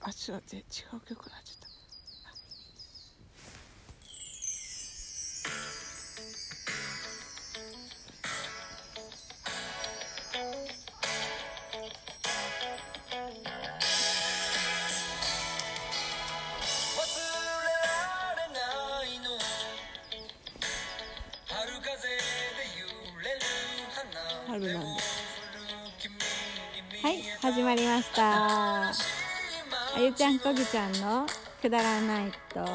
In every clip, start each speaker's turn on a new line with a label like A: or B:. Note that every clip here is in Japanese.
A: あちょっと待って違う曲になっちゃった
B: 忘れられないの春風で揺れる花
A: 春なんで
C: はい、始まりました。あゆちゃんこぎちゃんのくだらないと。今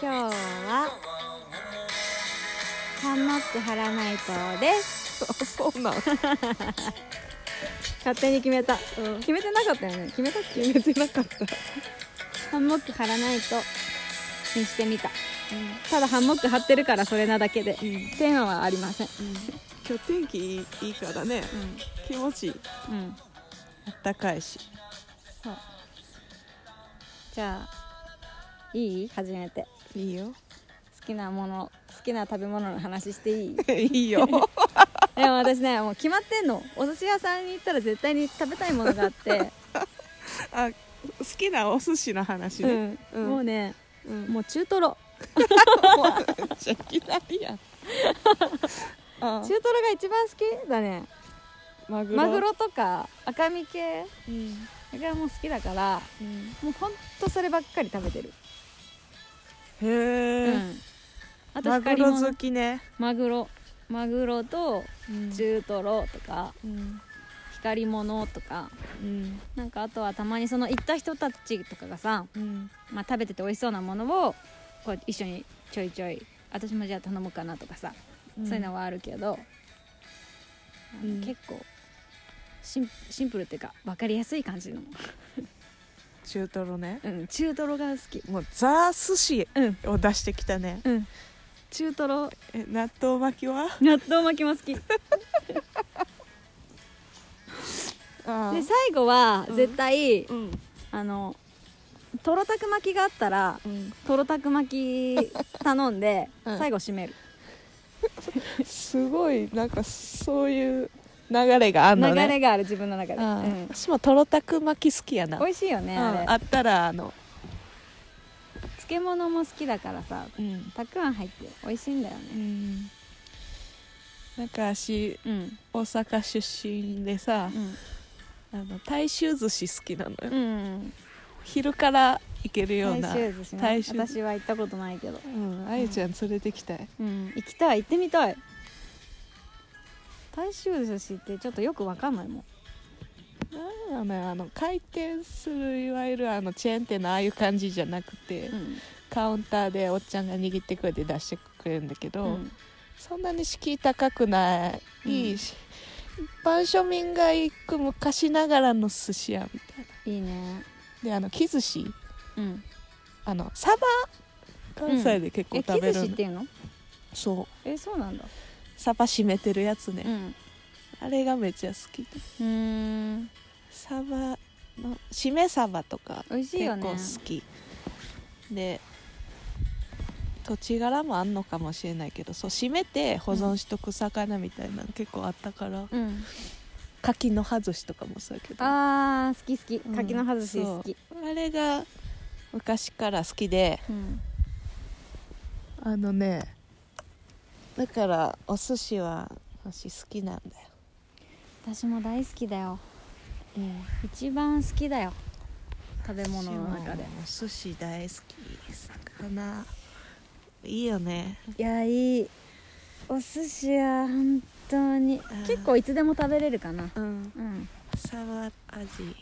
C: 日は、ハンモック張らないとです。
A: そうなの
C: 勝手に決めた。
A: うん
C: 決めてなかったよね。決めたっけ
A: 決めてなかった
C: ハンモック張らないとにしてみた。ただハンモック張ってるからそれなだけで。
A: うん
C: テーマはありません。
A: 今日天気いいいいからね
C: う
A: 気持ちいい
C: ん。うん。
A: あったかいし
C: そう。じゃあ、いい初めて。
A: いいよ
C: 好きなもの、好きな食べ物の話して いい
A: いいよ
C: でも私ねもう決まってんのお寿司屋さんに行ったら絶対に食べたいものがあって、
A: あ好きなお寿司の話ね、
C: うんもうね
A: うんも
C: もう中トロ
A: うめっちゃ嫌いやんあ
C: 中トロが一番好きだね
A: マグロ
C: マグロとか赤身系
A: うん
C: がもう好きだから
A: うん
C: もうほんとそればっかり食べてる
A: へ
C: う
A: え、
C: んあと
A: マグ
C: 光り
A: ロ
C: 物
A: 好きね、
C: マグロマグロと
A: うん
C: 中トロとか
A: うん
C: 光り物とか
A: うん
C: なんかあとはたまにその行った人たちとかがさ、
A: うん
C: まあ、食べてて美味しそうなものをこう一緒にちょいちょい私もじゃあ頼むかなとかさ、そういうのはあるけど、あ
A: う
C: の
A: ん
C: 結構シンシンプルっていうか分かりやすい感じの、
A: 中トロね
C: うん、中トロが好き
A: もうザ寿司
C: うん
A: を出してきたね
C: うん中トロ
A: え納豆巻きは
C: 納豆巻きも好きで
A: あ
C: 最後は
A: うん
C: 絶対、
A: うん
C: あのとろたく巻きがあったら
A: うん
C: とろたく巻き頼んで、
A: うん
C: 最後締める
A: すごいなんかそういう流れがあんの
C: 流
A: ね
C: れがある自分の中で、う
A: ああ
C: ん、
A: 私もとろたく巻き好きやな
C: 美味しいよねあれ
A: うんあったらあの
C: 漬物も好きだからさ
A: うん、
C: たくあん入って美味しいんだよね
A: なんか私
C: うん
A: 大阪出身でさ、あの大衆寿司好きなのよ、
C: うんうん
A: 昼から行けるような
C: 大衆寿司ね
A: 大衆
C: 私は行ったことないけど
A: うんあゆちゃん連れてきたい、
C: うん行きたい行ってみたい大衆寿司ってちょっとよくわかんないもん
A: なんだろうねあの回転するいわゆるあのチェーン店のああいう感じじゃなくて、
C: うん
A: カウンターでおっちゃんが握ってくれて出してくれるんだけど、
C: うん
A: そんなに敷居高くない、
C: うん
A: し一般庶民が行く昔ながらの寿司屋みたいない
C: いね
A: であの木寿司
C: うん
A: あのサバ関西で結構
C: え
A: 食
C: 木
A: べ
C: 寿
A: るの、
C: 司っていうの
A: そう
C: えそうなんだ
A: サバ締めてるやつね
C: う、ん
A: あれがめっちゃ好き
C: うーん
A: サバの締めサバとか
C: 美味しい
A: 結
C: よ
A: 構
C: ね
A: 好き、で土地柄もあんのかもしれないけどそう締めて保存しとく魚みたいなの結構あったから、
C: うん
A: 柿の葉寿司とかもそうやけどあ
C: あー好き好き
A: うん
C: 柿の葉寿司好き
A: れが昔から好きで
C: うん
A: あのねだからお寿司は私好きなんだよ、
C: 私も大好きだよ
A: うん、
C: 一番好きだよ食べ物の中で
A: お寿司大好きです魚いいよね
C: いやいいお寿司は本当に
A: ー
C: 結構いつでも食べれるかな
A: うん
C: うん
A: サバアジ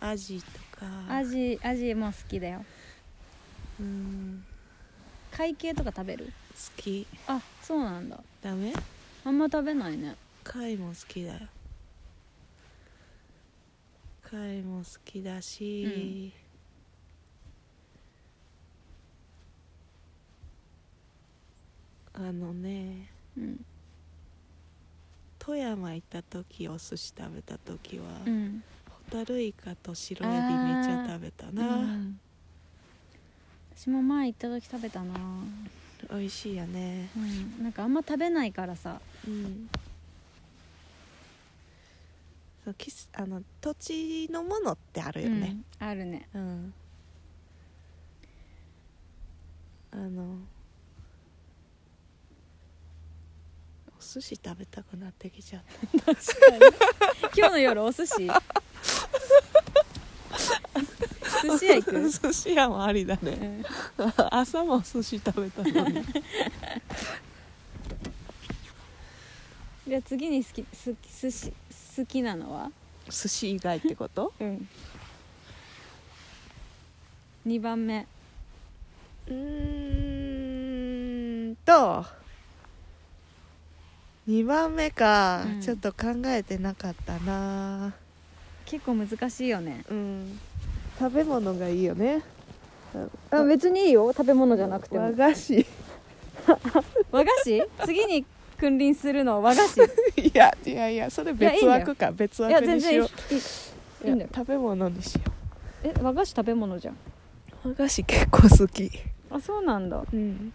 A: アジとか
C: アジアジも好きだよ
A: うん
C: 貝系とか食べる
A: 好き
C: あそうなんだ
A: ダメ
C: あんま食べないね
A: 貝も好きだよ貝も好きだし、あのね
C: うん
A: 富山行った時お寿司食べた時は、
C: うん
A: ホタルイカと白エビめっちゃ食べたな、
C: うん私も前行った時食べたな
A: 美味しいよね
C: うんなんかあんま食べないからさ
A: うんそうきすあの土地のものってあるよね
C: うんあるね
A: うん、あのお寿司食べたくなってきちゃっ
C: 今日の夜お寿 司寿司屋 行
A: た
C: く、
A: 寿司屋もありだ
C: う
A: ね
C: ん
A: 朝もお寿司食べたのに
C: じゃあ次に好き好き寿司好きなのは、
A: 寿司以外ってこと
C: うん、2番目
A: うーんと2番目か、
C: うん
A: ちょっと考えてなかったな
C: 結構難しいよね
A: うん食べ物がいいよね
C: あ別にいいよ食べ物じゃなく
A: 和菓子い
C: 和菓子次に君臨するの和菓 子い
A: や いやいやそれ別枠か別
C: や
A: 枠
C: 全
A: にし
C: 然いい
A: よう
C: いいいんだよ
A: 食べ物にしよ
C: え和菓子食べ物じゃん
A: う和菓子結構好き
C: あそうなんだ
A: うん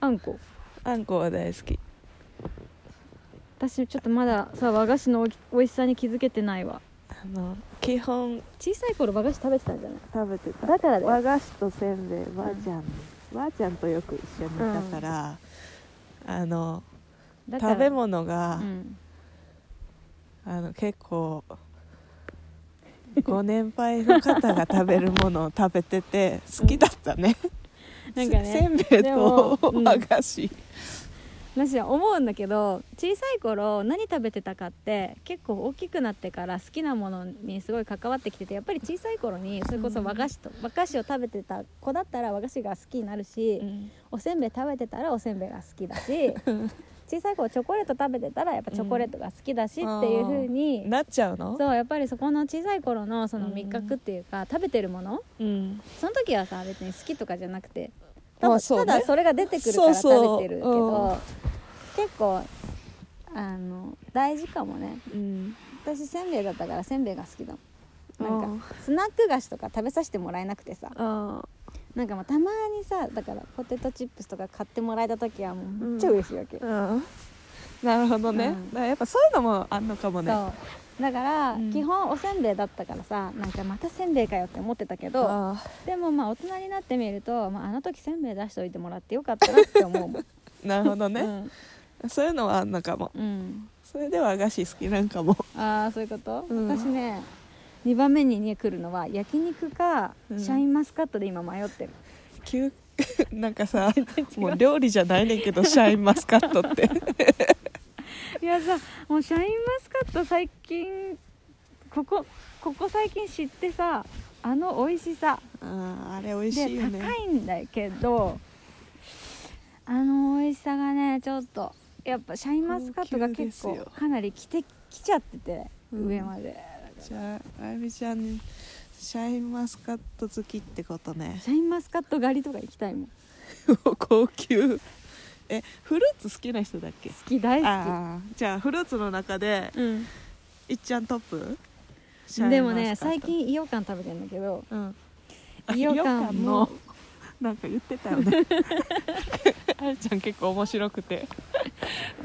C: あんこ
A: あんこは大好き
C: 私ちょっとまださ和菓子のおき美味しさに気づけてないわ
A: あの基本
C: 小さい頃和菓子食べてたんじゃない
A: 食べてた
C: だからだよ
A: 和菓子とせんべいばあちゃん、ばあちゃんとよく一緒にいたから、あの
C: だから
A: 食べ物が、
C: うん
A: あの結構ご年配の方が食べるものを食べてて好きだったね、
C: なんかね
A: せせんべい
C: でも
A: と
C: うん
A: 和菓子、
C: 私は思うんだけど小さい頃何食べてたかって結構大きくなってから好きなものにすごい関わってきててやっぱり小さい頃にそれこそ和菓子と和菓子を食べてた子だったら和菓子が好きになるし、おせんべい食べてたらおせんべいが好きだし小さい頃チョコレート食べてたらやっぱチョコレートが好きだしっていう風に、
A: なっちゃうの
C: そうやっぱりそこの小さい頃のその
A: うん
C: 味覚っていうか、食べてるもの
A: うん
C: その時はさ別に好きとかじゃなくて
A: ま
C: た
A: あ
C: だ,、
A: そうね
C: ただそれが出てくるから
A: そうそう
C: 食べてるけど結構あの大事かもね
A: うん
C: 私せんべいだったからせんべいが好きだもんな
A: うん
C: んかスナック菓子とか食べさせてもらえなくてさ
A: あ
C: なんかもうたまにさだからポテトチップスとか買ってもらえた時はもうめっちゃ嬉しいわけ、
A: ーうんなるほどね、
C: うん
A: だからやっぱそういうのもあんのかもね
C: そうだから、
A: うん
C: 基本おせんべいだったからさなんかまたせんべいかよって思ってたけど
A: あ
C: でもまあ大人になってみると、まあ、あの時せんべい出しておいてもらってよかったなって思うもん
A: ーなるほどね、
C: うん
A: そういうのはあんのかも
C: うん、
A: それで和菓子好きなんかも
C: ああそういうこと、
A: うん
C: 私ね2番目にね来るのは焼肉か
A: うん
C: シャインマスカットで今迷って る、
A: 急なんかさもう料理じゃないねんけどシャインマスカットって
C: いやさもうシャインマスカット最近ここここ最近知ってさあの美味しさ
A: あああれ美味
C: で
A: しいよね
C: 高いんだけどあの美味しさがねちょっとやっぱシャインマスカットが
A: 高級で
C: 結
A: すよ
C: 構かなり来てきちゃってて、
A: うん
C: 上まで
A: じゃああゆみちゃんシャインマスカット好きってことね
C: シャインマスカット狩りとか行きたいもん好
A: 高級えフルーツ好きな人だっけ
C: き大好
A: ああじゃあフルーツの中で
C: き、うん
A: いっちゃんトップ
C: でも
A: シャインマ
C: ね最、
A: スカッ
C: 近イオカン食べてんだけど
A: トうん、
C: 伊予館も
A: 伊予館なんか言ってたよね あゆちゃん結構面白くて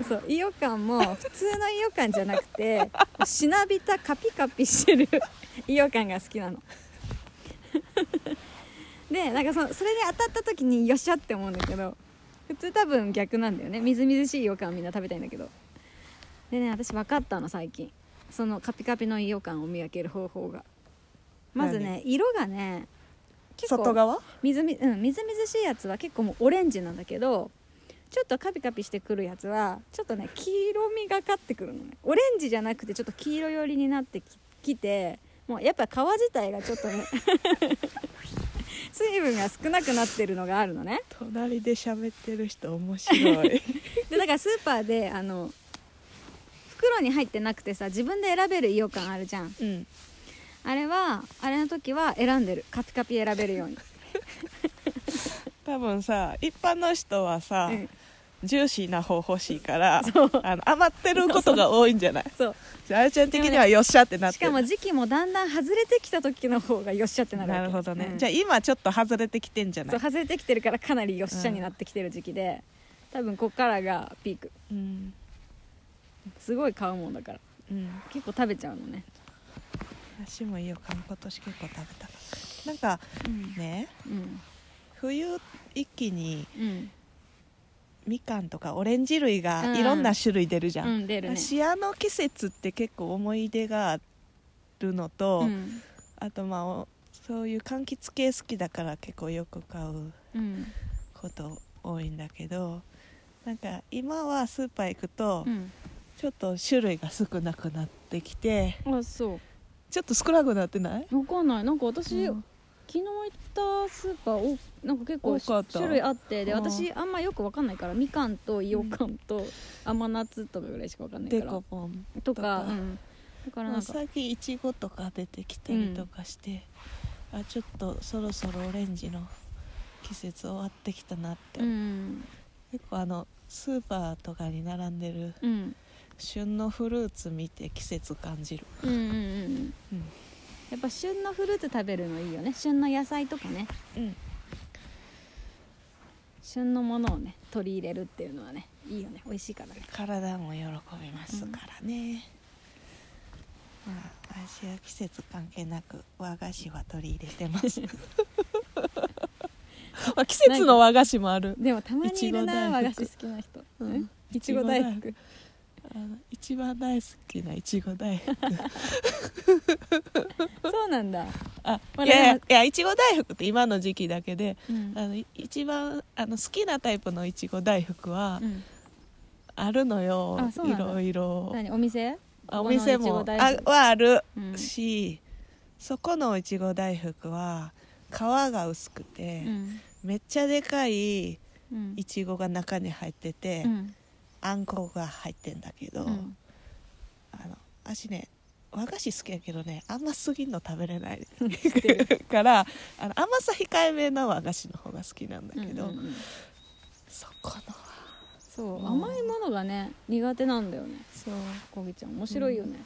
C: そうイオカンも普通のイオカンじゃなくてしなびたカピカピしてる イオカンが好きなの でなんかそのそれで当たった時によっしゃって思うんだけど普通多分逆なんだよねみずみずしいイオカンをみんな食べたいんだけどでね私分かったの最近そのカピカピのイオカンを見分ける方法がまずね色がね結構
A: 外側
C: みずみ,、うん、みずみずしいやつは結構もうオレンジなんだけどちょっとカピカピしてくるやつはちょっとね黄色みがかってくるのねオレンジじゃなくてちょっと黄色寄りになってききてもうやっぱ皮自体がちょっとね 水分が少なくなってるのがあるのね
A: 隣で喋ってる人面白い
C: でだからスーパーであの袋に入ってなくてさ自分で選べるイオカンあるじゃん
A: うん
C: あれはあれの時は選んでるカピカピ選べるように、
A: 多分さ一般の人はさ、
C: うん
A: ジューシーな方欲しいからあの余ってることが多いんじゃない
C: そう
A: じゃああゆちゃん的にはよっしゃってなっ
C: してか
A: る
C: も時期もだんだん外れてきた時の方がよっしゃってなるわけ
A: なるほどね、
C: うん
A: じゃあ今ちょっと外れてきてんじゃな
C: そう
A: い
C: 外れてきてるからかなりよっしゃになってきてる時期で、多分こっからがピーク
A: うん
C: すごい買うもんだから
A: うん
C: 結構食べちゃうのね、
A: 私もいいよかん今年結構食べたななんか
C: うん
A: ね
C: うん
A: 冬一気に
C: うん
A: みかんとかオレンジ類
C: うん
A: がいろんな種類出るじゃん、
C: うん出るね
A: シアの季節って結構思い出があるのと、
C: うん
A: あとまあおそういう柑橘系好きだから結構よく買う
C: うん
A: こと多いんだけどなんか今はスーパー行くと
C: うん
A: ちょっと種類が少なくなってきて
C: あそう
A: ちょっと少なくなってない
C: わかんないなんか私、
A: うん
C: 昨日行ったスーパーおなんか結
A: 多
C: 構
A: かった
C: 種類あってで
A: うん
C: 私あんまよくわかんないからみかんとようかんと甘夏とかぐらいしかわかんない
A: デ
C: から
A: コポン
C: と
A: と
C: か
A: か
C: うんだか
A: ま
C: らな
A: あ
C: んか
A: 最近いちごとか出てきたりとかして、あちょっとそろそろオレンジの季節終わってきたなって、
C: うん
A: 結構あのスーパーとかに並んでる
C: うん
A: 旬のフルーツ見て季節感じる、
C: うんうんうん
A: うん
C: やっぱ旬のフルーツ食べるのいいよね旬の野菜とかね
A: うん、
C: 旬のものをね取り入れるっていうのはねいいよね美味しいからね
A: 体も喜びますからね、まあ私は季節関係なく和菓子は取り入れてます まあ季節の和菓子もある
C: でもたまにいるない
A: ちご
C: 和
A: 大
C: 菓
A: 福
C: 子好きな人
A: うん
C: んいちご大福
A: あの一番大好きないちご大福
C: そうなんだ
A: あ
C: まあ
A: いやいや
C: でも
A: いやいちご大福って今の時期だけで
C: うん
A: あのい一番あの好きなタイプのいちご大福は
C: うん
A: あるのよ、
C: あそう
A: い
C: なんだ
A: ろいろ
C: 何お店
A: あお店も
C: ここのい
A: あ
C: ちご大福
A: はある
C: うん
A: し、そこのいちご大福は皮が薄くて、
C: うん
A: めっちゃでかい
C: うん
A: いちごが中に入ってて、
C: うん
A: あんこが入ってんだけど、
C: うん
A: あの私ね和菓子好きやけどね甘すぎんの食べれない
C: 知ってる
A: からあの甘さ控えめな和菓子の方が好きなんだけど、
C: うんうんうん
A: そこの
C: そう
A: うん
C: 甘いものがね苦手なんだよね
A: そう、
C: こぎちゃん面白いよね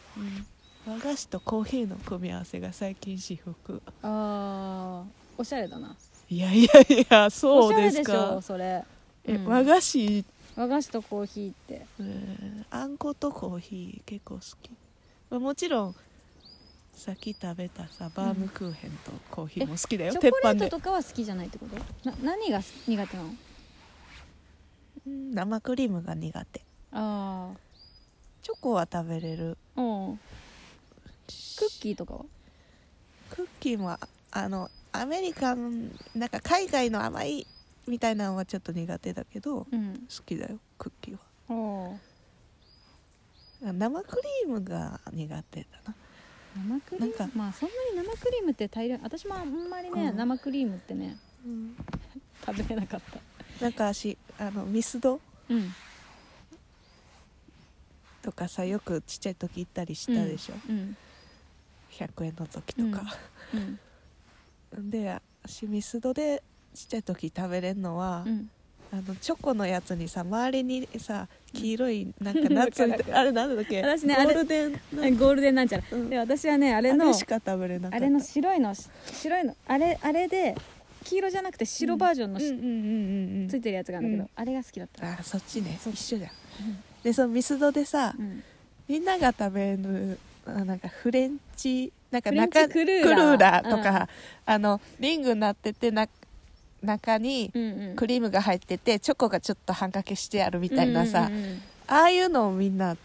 A: うん和菓子とコーヒーの組み合わせが最近私服
C: あーおしゃれだない
A: やいやいや
C: お
A: そ
C: し
A: う
C: ゃれ
A: で
C: ですしょ
A: か
C: それ
A: え、
C: うん
A: 和菓子、
C: 和菓子とコーヒーって
A: うんあんことコーヒー結構好き、まあ、もちろんさっき食べたさバームクーヘンとコーヒーも好きだよ、
C: チョ
A: 鉄
C: コレ
A: 板
C: ート
A: で
C: とかは好きじゃないってことな何が苦手なの
A: うん生クリームが苦手
C: あ
A: チョコは食べれる
C: あうんクッキーとかは
A: クッキーもあのアメリカンなんか海外の甘いみたいなのはちょっと苦手だけど好
C: うん
A: きだよクッキーは
C: お
A: 生クリームが苦手だな
C: 生クリ
A: なん
C: ー
A: か
C: ムまあそんなに生クリームって大量私もあんまりね、
A: うん
C: 生クリームってね
A: うん
C: 食べれなかった
A: なんか私あのミスド
C: うん
A: とかさよくちっちゃい時行ったりしたでしょ、
C: うん
A: 100円の時とか、
C: うん
A: で私ミスドでちっちゃい時食べれんのは、
C: うん
A: あのチョコのやつにさ周りにさ黄色いなんかナッツみたいなあれなんだっけ
C: 私ね
A: ゴ
C: あれ
A: ールデンなん
C: ゴールデンなんちゃら、
A: うん
C: で私はねあれ
A: あ
C: の
A: れしか食べれなか
C: あ
A: った
C: れの白いのし白いのあれあれで黄色じゃなくて白バージョンのし、
A: うんうんうんうんうん
C: ついてるやつがあるんだけど、
A: うん
C: あれが好きだった、
A: あそっちね一緒じゃん、でそのミスドでさ、
C: うん
A: みんなが食べるあなんかフレンチなんか
C: フレンチ
A: 中
C: クルーラー
A: とか、あのリングになっててな中に
C: うんうん
A: クリームが入っててチョコがちょっと半かけしてあるみたいなさ、
C: うんうんうんうん
A: ああいうのをみんな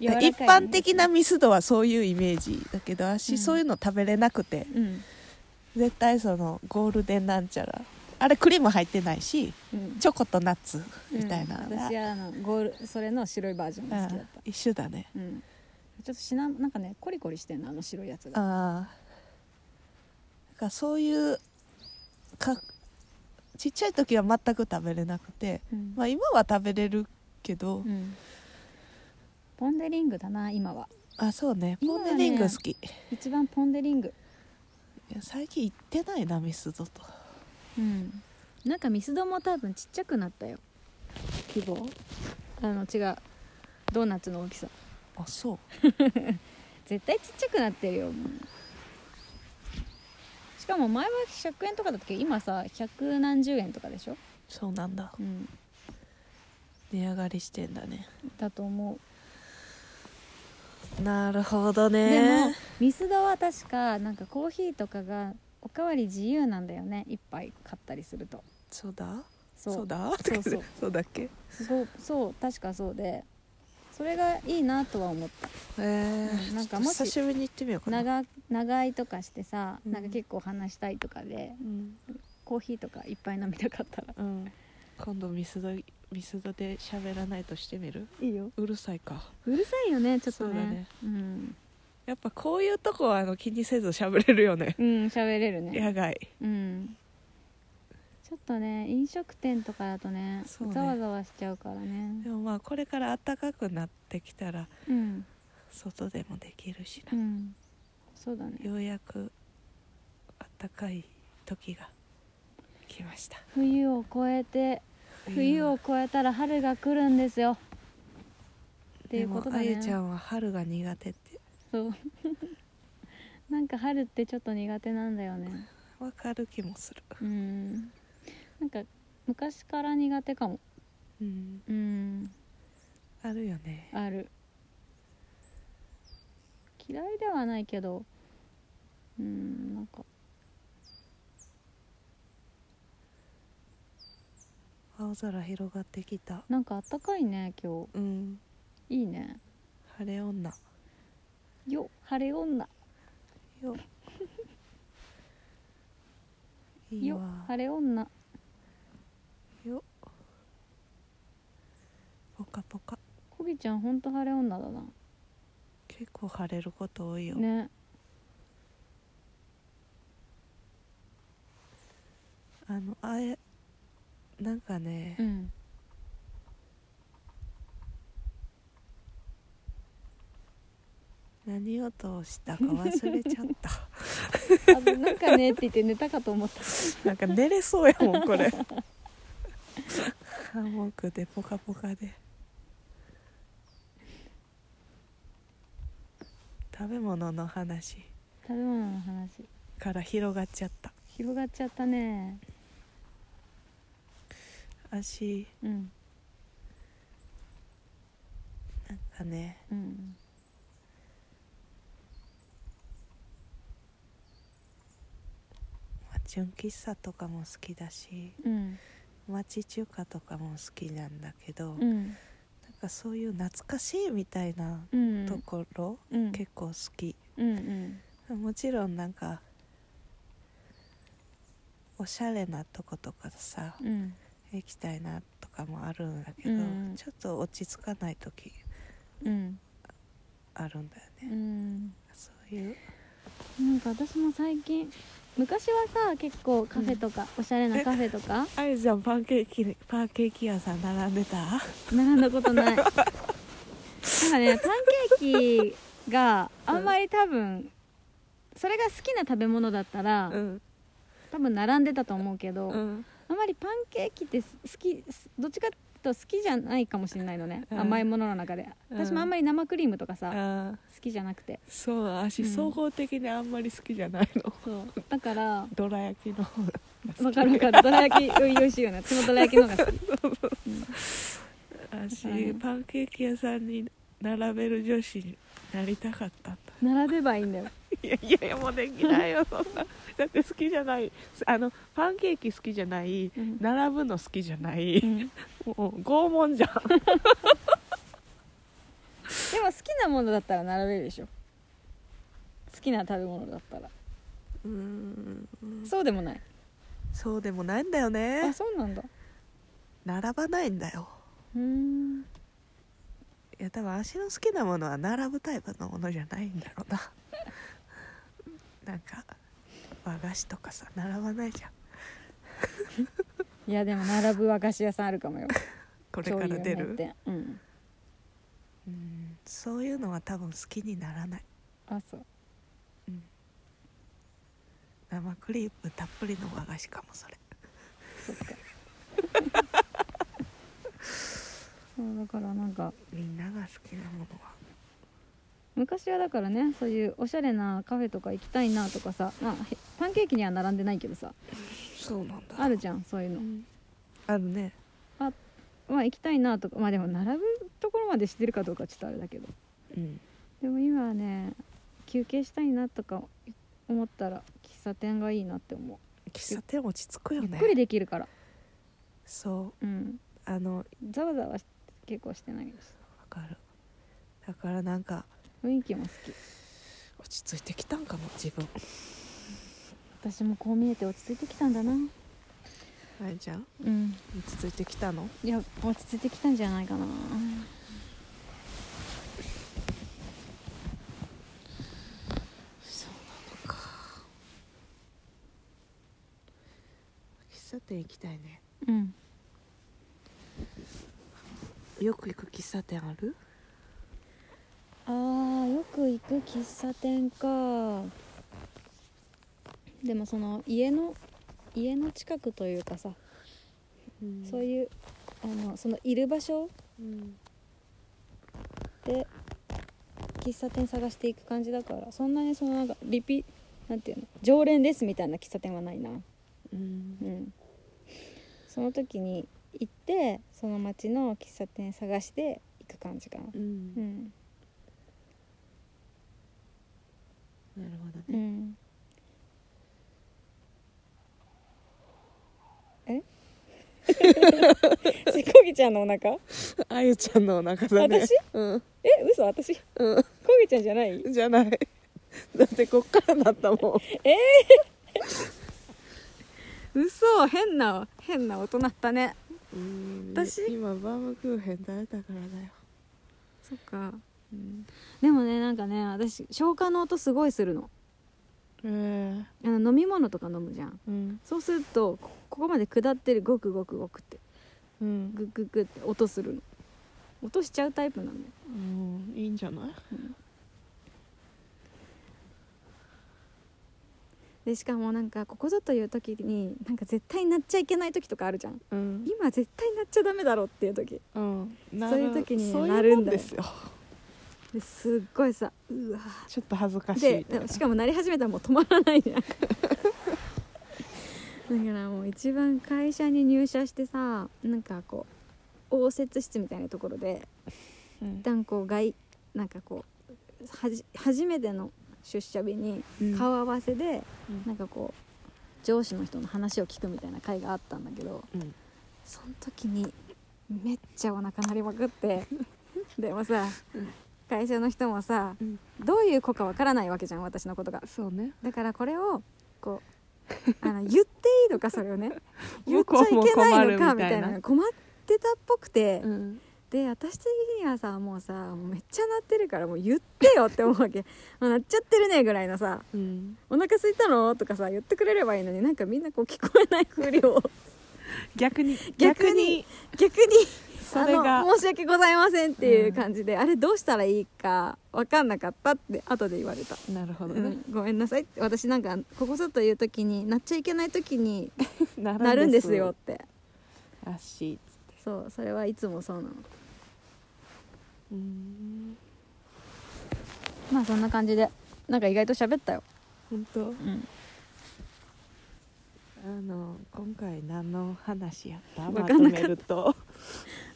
C: 柔らかいね
A: 一般的なミスドはそういうイメージだけど私、
C: うん
A: そういうの食べれなくて
C: うん、
A: 絶対そのゴールデンなんちゃらあれクリーム入ってないし
C: うん
A: チョコとナッツみたいな、
C: うん、私はあのゴールそれの白いバージョンが好きだった
A: うん一緒だね
C: うん、ちょっとしななんかねコリコリしてんのあの白いやつが
A: ああだからそういうかちっちゃい時は全く食べれなくて、
C: うん
A: まあ、今は食べれるけど、
C: うんポン・デ・リングだな今は
A: あそうねポ
C: 今
A: ン
C: はね
A: デリング好き、
C: 一番ポン・デ・リング
A: いや最近行ってないなミスドと
C: うんなんかミスドも多分ちっちゃくなったよ
A: 希望
C: あの違うドーナツの大きさ
A: あそう
C: 絶対ちっちゃくなってるよもうしかも前は100円とかだったけど今さ百何十円とかでしょ、
A: そうなんだ
C: うん、
A: 値上がりしてんだね
C: だと思う
A: なるほど
C: でも
A: ね
C: ミスドは確かなんかコーヒーとかがおかわり自由なんだよね一杯買ったりすると
A: そうだ
C: そう
A: そうだ
C: そうそう
A: そうだっけ
C: そうそう確かそうでそれがいいなとは思った
A: え
C: う
A: ー、
C: んなんか
A: ちょっ
C: も
A: と
C: し
A: 久しぶりに行ってみようかな
C: 長長いとかしてさ、
A: うん
C: なんか結構話したいとかで
A: うん、
C: コーヒーとかいっぱい飲みたかったら
A: うん、今度ミスドミスドで喋らないとしてみる
C: いいよ
A: うるさいか
C: うるさいよねちょっと
A: そ
C: ね
A: うだね
C: うん
A: やっぱこういうとこはあの気にせず喋れるよね
C: うん喋れるね
A: 野外
C: うんちょっとね飲食店とかだとね
A: そうね
C: ざわざわしちゃうからね
A: でもまあこれから暖かくなってきたら
C: うん
A: 外でもできるし
C: う
A: な、
C: んそうだね
A: ようやく暖かい時が来ました
C: 冬を越えて冬を越えたら春が来るんですよってい
A: で
C: う
A: も
C: ことだ
A: あゆ
C: ね
A: ちゃんは春が苦手って
C: そう なんか春ってちょっと苦手なんだよね
A: わかる気もする
C: うんなんか昔から苦手かも
A: うん
C: うん
A: あるよね
C: ある嫌いではないけどうんなんか
A: 青空広がってきた
C: なんかあったかいね今
A: うん
C: 日いいね
A: 晴れ女
C: よ晴れ女
A: よいい
C: よ
A: わ
C: 晴れ女
A: よぽかぽか
C: こぎちゃんほんと晴れ女だな
A: 結構晴れること多いよ、
C: ね
A: あのあえなんかね、
C: うん
A: 何音をしたか忘れちゃった
C: あとなんかねって言って寝たかと思った
A: なんか寝れそうやもんこれ ハンモックでポカポカで食べ物の話
C: 食べ物の話
A: から広がっちゃった
C: 広がっちゃったね
A: 足
C: うん
A: なんかね
C: うん
A: まあ純喫茶とかも好きだし
C: うん
A: 町中華とかも好きなんだけど、
C: う
A: なん
C: ん
A: かそういう懐かしいみたいな
C: うん
A: ところ、
C: うん
A: 結構好き、
C: うんうん
A: もちろんなんかおしゃれなとことかさ
C: うん
A: 行きたいなとかもあるんだけど、
C: うん
A: ちょっと落ち着かない時
C: うん
A: あるんだよ
C: う
A: ね、
C: ん
A: そういう
C: なんか私も最近昔はさ結構カフェとか、おしゃれなカフェとか
A: あゆちゃんパンケーキパンケーキ屋さん並んでた
C: 並んだことないなんかねパンケーキがあんまり多分それが好きな食べ物だったら、
A: ん
C: 多分並んでたと思うけど、
A: うん
C: あんまりパンケーキってす好きすどっちかっていうと好きじゃないかもしれないのね、
A: うん
C: 甘いものの中で
A: うん
C: 私もあんまり生クリームとかさ、好
A: あー
C: きじゃなくて
A: そう足
C: うん
A: 総合的にあんまり好きじゃないの、
C: だ から
A: どら焼きの方が
C: 分かる分かるどら焼き美味しいよね私もどら焼きの方が好き
A: 私、
C: だからね
A: パンケーキ屋さんに並べる女子になりたかったんだ
C: 並べばいいんだよ
A: いやいやいやもうできないよそんなだって好きじゃないあのパンケーキ好きじゃない
C: うん
A: 並ぶの好きじゃない、
C: うんでも
A: もう拷問じゃん
C: 好きなものだったら並べるでしょ好きな食べ物だったら
A: うん
C: そうでもない
A: そうでもないんだよ
C: あ
A: ね
C: そうなんだ
A: 並ばないんだよ
C: うーん
A: いや多分足の好きなものは並ぶタイプのものじゃないんだろうな なんか和菓子とかさ並ばないじゃん
C: いやでも並ぶ和菓子屋さんあるかもよ
A: これから出る
C: てうん
A: うんそういうのは多分好きにならない
C: あそう
A: 生クリームたっぷりの和菓子かもそれ
C: そっかそうだからなんか
A: みんなが好きなものは
C: 昔はだからねそういうおしゃれなカフェとか行きたいなとかさ、まあ、へパンケーキには並んでないけどさ
A: そうなんだ
C: あるじゃんそういう
A: う
C: の、
A: んあるね
C: まあ行きたいなとかまあでも並ぶところまでしてるかどうかちょっとあれだけど
A: うん
C: でも今はね休憩したいなとか思ったら喫茶店がいいなって思
A: 喫茶店落ち着く
C: う、
A: よ
C: ゆ
A: ね
C: っくりできるから
A: そう
C: うん
A: あのわ
C: ざわざわし結構してないです
A: かるだからなんか
C: 雰囲気も好き
A: 落ち着いてきたんかも自分
C: 私もこう見えて落ち着いてきたんだな
A: あれじゃん
C: うん
A: 落ち着いてきたの
C: いや落ち着いてきたんじゃないかな
A: そうなのか喫茶店行きたいね
C: うん
A: よく行く喫茶店ある
C: あーよく行く喫茶店かでもその家の家の近くというかさ、そういうあのそのいる場所
A: うん
C: で喫茶店探していく感じだからそんなにそのなんかリピなんていうの常連ですみたいな喫茶店はないな
A: うん
C: うんその時に行ってその町の喫茶店探して行く感じかな
A: う
C: うんん
A: なるほど
C: う
A: ね
C: んえ せこぎちゃんのお腹
A: あゆちゃんのお腹だね
C: 私
A: うん
C: え嘘私こ
A: うん
C: ぎちゃんじゃない
A: じゃないだってこっからだったもん
C: 嘘変な変な音なったね
A: うん
C: 私
A: 今バームクーヘン食べたからだよ、
C: そっか
A: うん、
C: でもねなんかね私消化の音すごいするの
A: えー、
C: あの飲み物とか飲むじゃん
A: うん
C: そうするとこここまで下ってるゴクゴクゴクって
A: うん
C: グッグッグッって音するの音しちゃうタイプなんだよ
A: うんいいんじゃない
C: でしかもなんかここぞという時になんか絶対鳴っちゃいけない時とかあるじゃん
A: うん
C: 今絶対鳴っちゃダメだろっていう時
A: うんな
C: そういう時にね
A: そういう
C: なるん
A: も
C: だよ
A: ですよ
C: ですっごいさうわ
A: ちょっと恥ずか
C: ー
A: しい
C: で
A: みたい
C: で
A: な
C: もしかも鳴り始めたらもう止まらないじゃん だからもう一番会社に入社してさなんかこう応接室みたいなところで
A: うん
C: 一旦こう外なんかこうはじ初めての出社日に
A: うん
C: 顔合わせで
A: うん
C: なんかこう上司の人の話を聞くみたいな会があったんだけど
A: うん
C: その時にめっちゃお腹鳴りまくって でもさ会社の人もさ
A: うん
C: どういう子かわからないわけじゃん私のことが
A: そうね
C: だからこれをこ うあの言っていいのかそれをね言っちゃい
A: 向こ
C: け
A: うも
C: な
A: 困
C: い
A: るみたいな
C: のかみたいな困ってたっぽくて。
A: うん
C: で私的にはさもうさもうめっちゃ鳴ってるからもう言ってよって思うわけもう鳴っちゃってるねぐらいのさ
A: うん
C: 「お腹空いたの?」とかさ言ってくれればいいのになんかみんなこう聞こえないふりを
A: 逆に
C: 逆に 逆に
A: それ
C: あ
A: が
C: の申し訳ございませんっていう感じで、あれどうしたらいいか分かんなかったって後で言われた、
A: なるほど
C: う
A: ね
C: ん、ごめんなさいって私なんかここぞという時に鳴っちゃいけない時に
A: な
C: 鳴るんですよって
A: らしい
C: そうそれはいつもそうなの
A: うん
C: まあそんな感じでなんか意外と喋ったよ
A: 本当
C: うん
A: あの今回何の話やった
C: わ
A: ま
C: か
A: と
C: んなかった
A: めると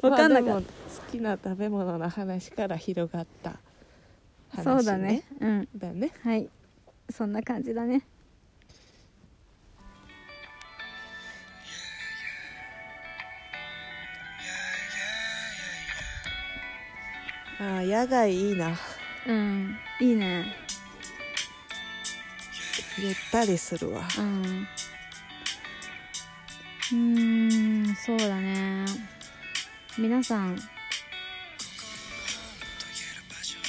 C: わかんなか
A: まあでも
C: った
A: 好きな食べ物の話から広がった話、
C: そうだねうん
A: だね
C: はいそんな感じだね
A: あー野外いいな
C: うんいいね
A: ゆったりするわ
C: うんうーんそうだね皆さん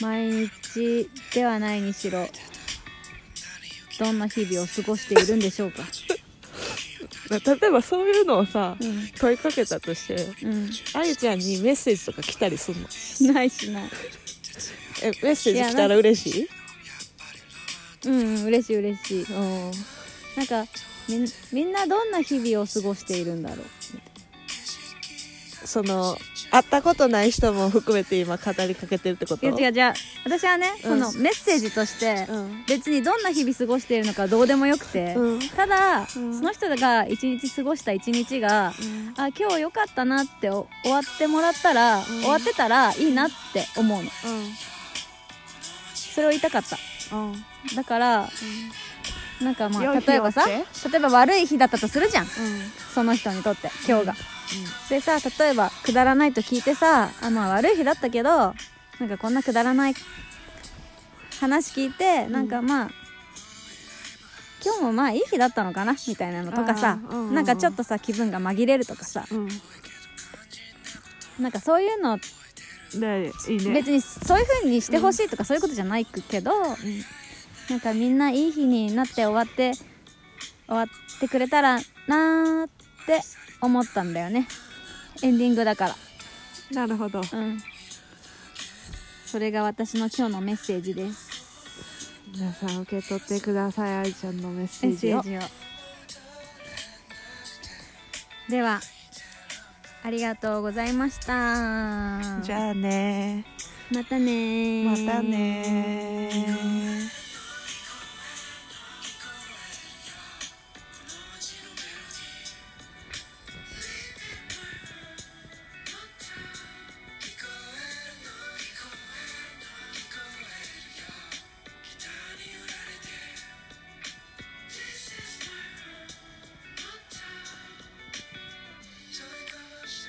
C: 毎日ではないにしろどんな日々を過ごしているんでしょうか
A: まあ例えばそういうのをさ
C: うん
A: 問いかけたとして
C: うん
A: あゆちゃんにメッセージとか来たりするの
C: しないしない
A: えメッセージ来たら嬉しい
C: うんうん嬉しい嬉しい
A: うん
C: なんかみんみんなどんな日々を過ごしているんだろう
A: その会ったことない人も含めて今語りかけてるってこと
C: 違う違うじゃあ私はね、
A: うん
C: そのメッセージとして、
A: うん
C: 別にどんな日々過ごしているのかどうでもよくて、
A: うん
C: ただ、
A: ん
C: その人が一日過ごした一日が、
A: うん
C: あ今日良かったなってお終わってもらったら、終わってたらいいなって思うのそれを言いたかった
A: うんうん
C: だからなんかま
A: 良
C: あ
A: い日
C: 例えばさ
A: をって
C: 例えば悪い日だったとするじゃんその人にとって今日が、でさ例えばくだらないと聞いてさあまあ悪い日だったけどなんかこんなくだらない話聞いてなんかまあ、今日もまあいい日だったのかなみたいなのとかさ、
A: あーうんうんうん
C: なんかちょっとさ気分が紛れるとかさ
A: うん
C: なんかそういうの
A: うんでいいね
C: 別にそういう風にしてほしいとかそういうことじゃないけど、
A: うん
C: なんかみんないい日になって終わって終わってくれたらなーって思ったんだよねエンディングだか
A: なるほど
C: らうんそれが私の今日のメッセージです
A: 皆さん受け取ってください愛ちゃんのメッセ
C: メ
A: ー
C: ッ
A: ジ
C: セ
A: を
C: ージをではありがとうございました
A: じゃあね
C: またね
A: ま
C: ー
A: たねー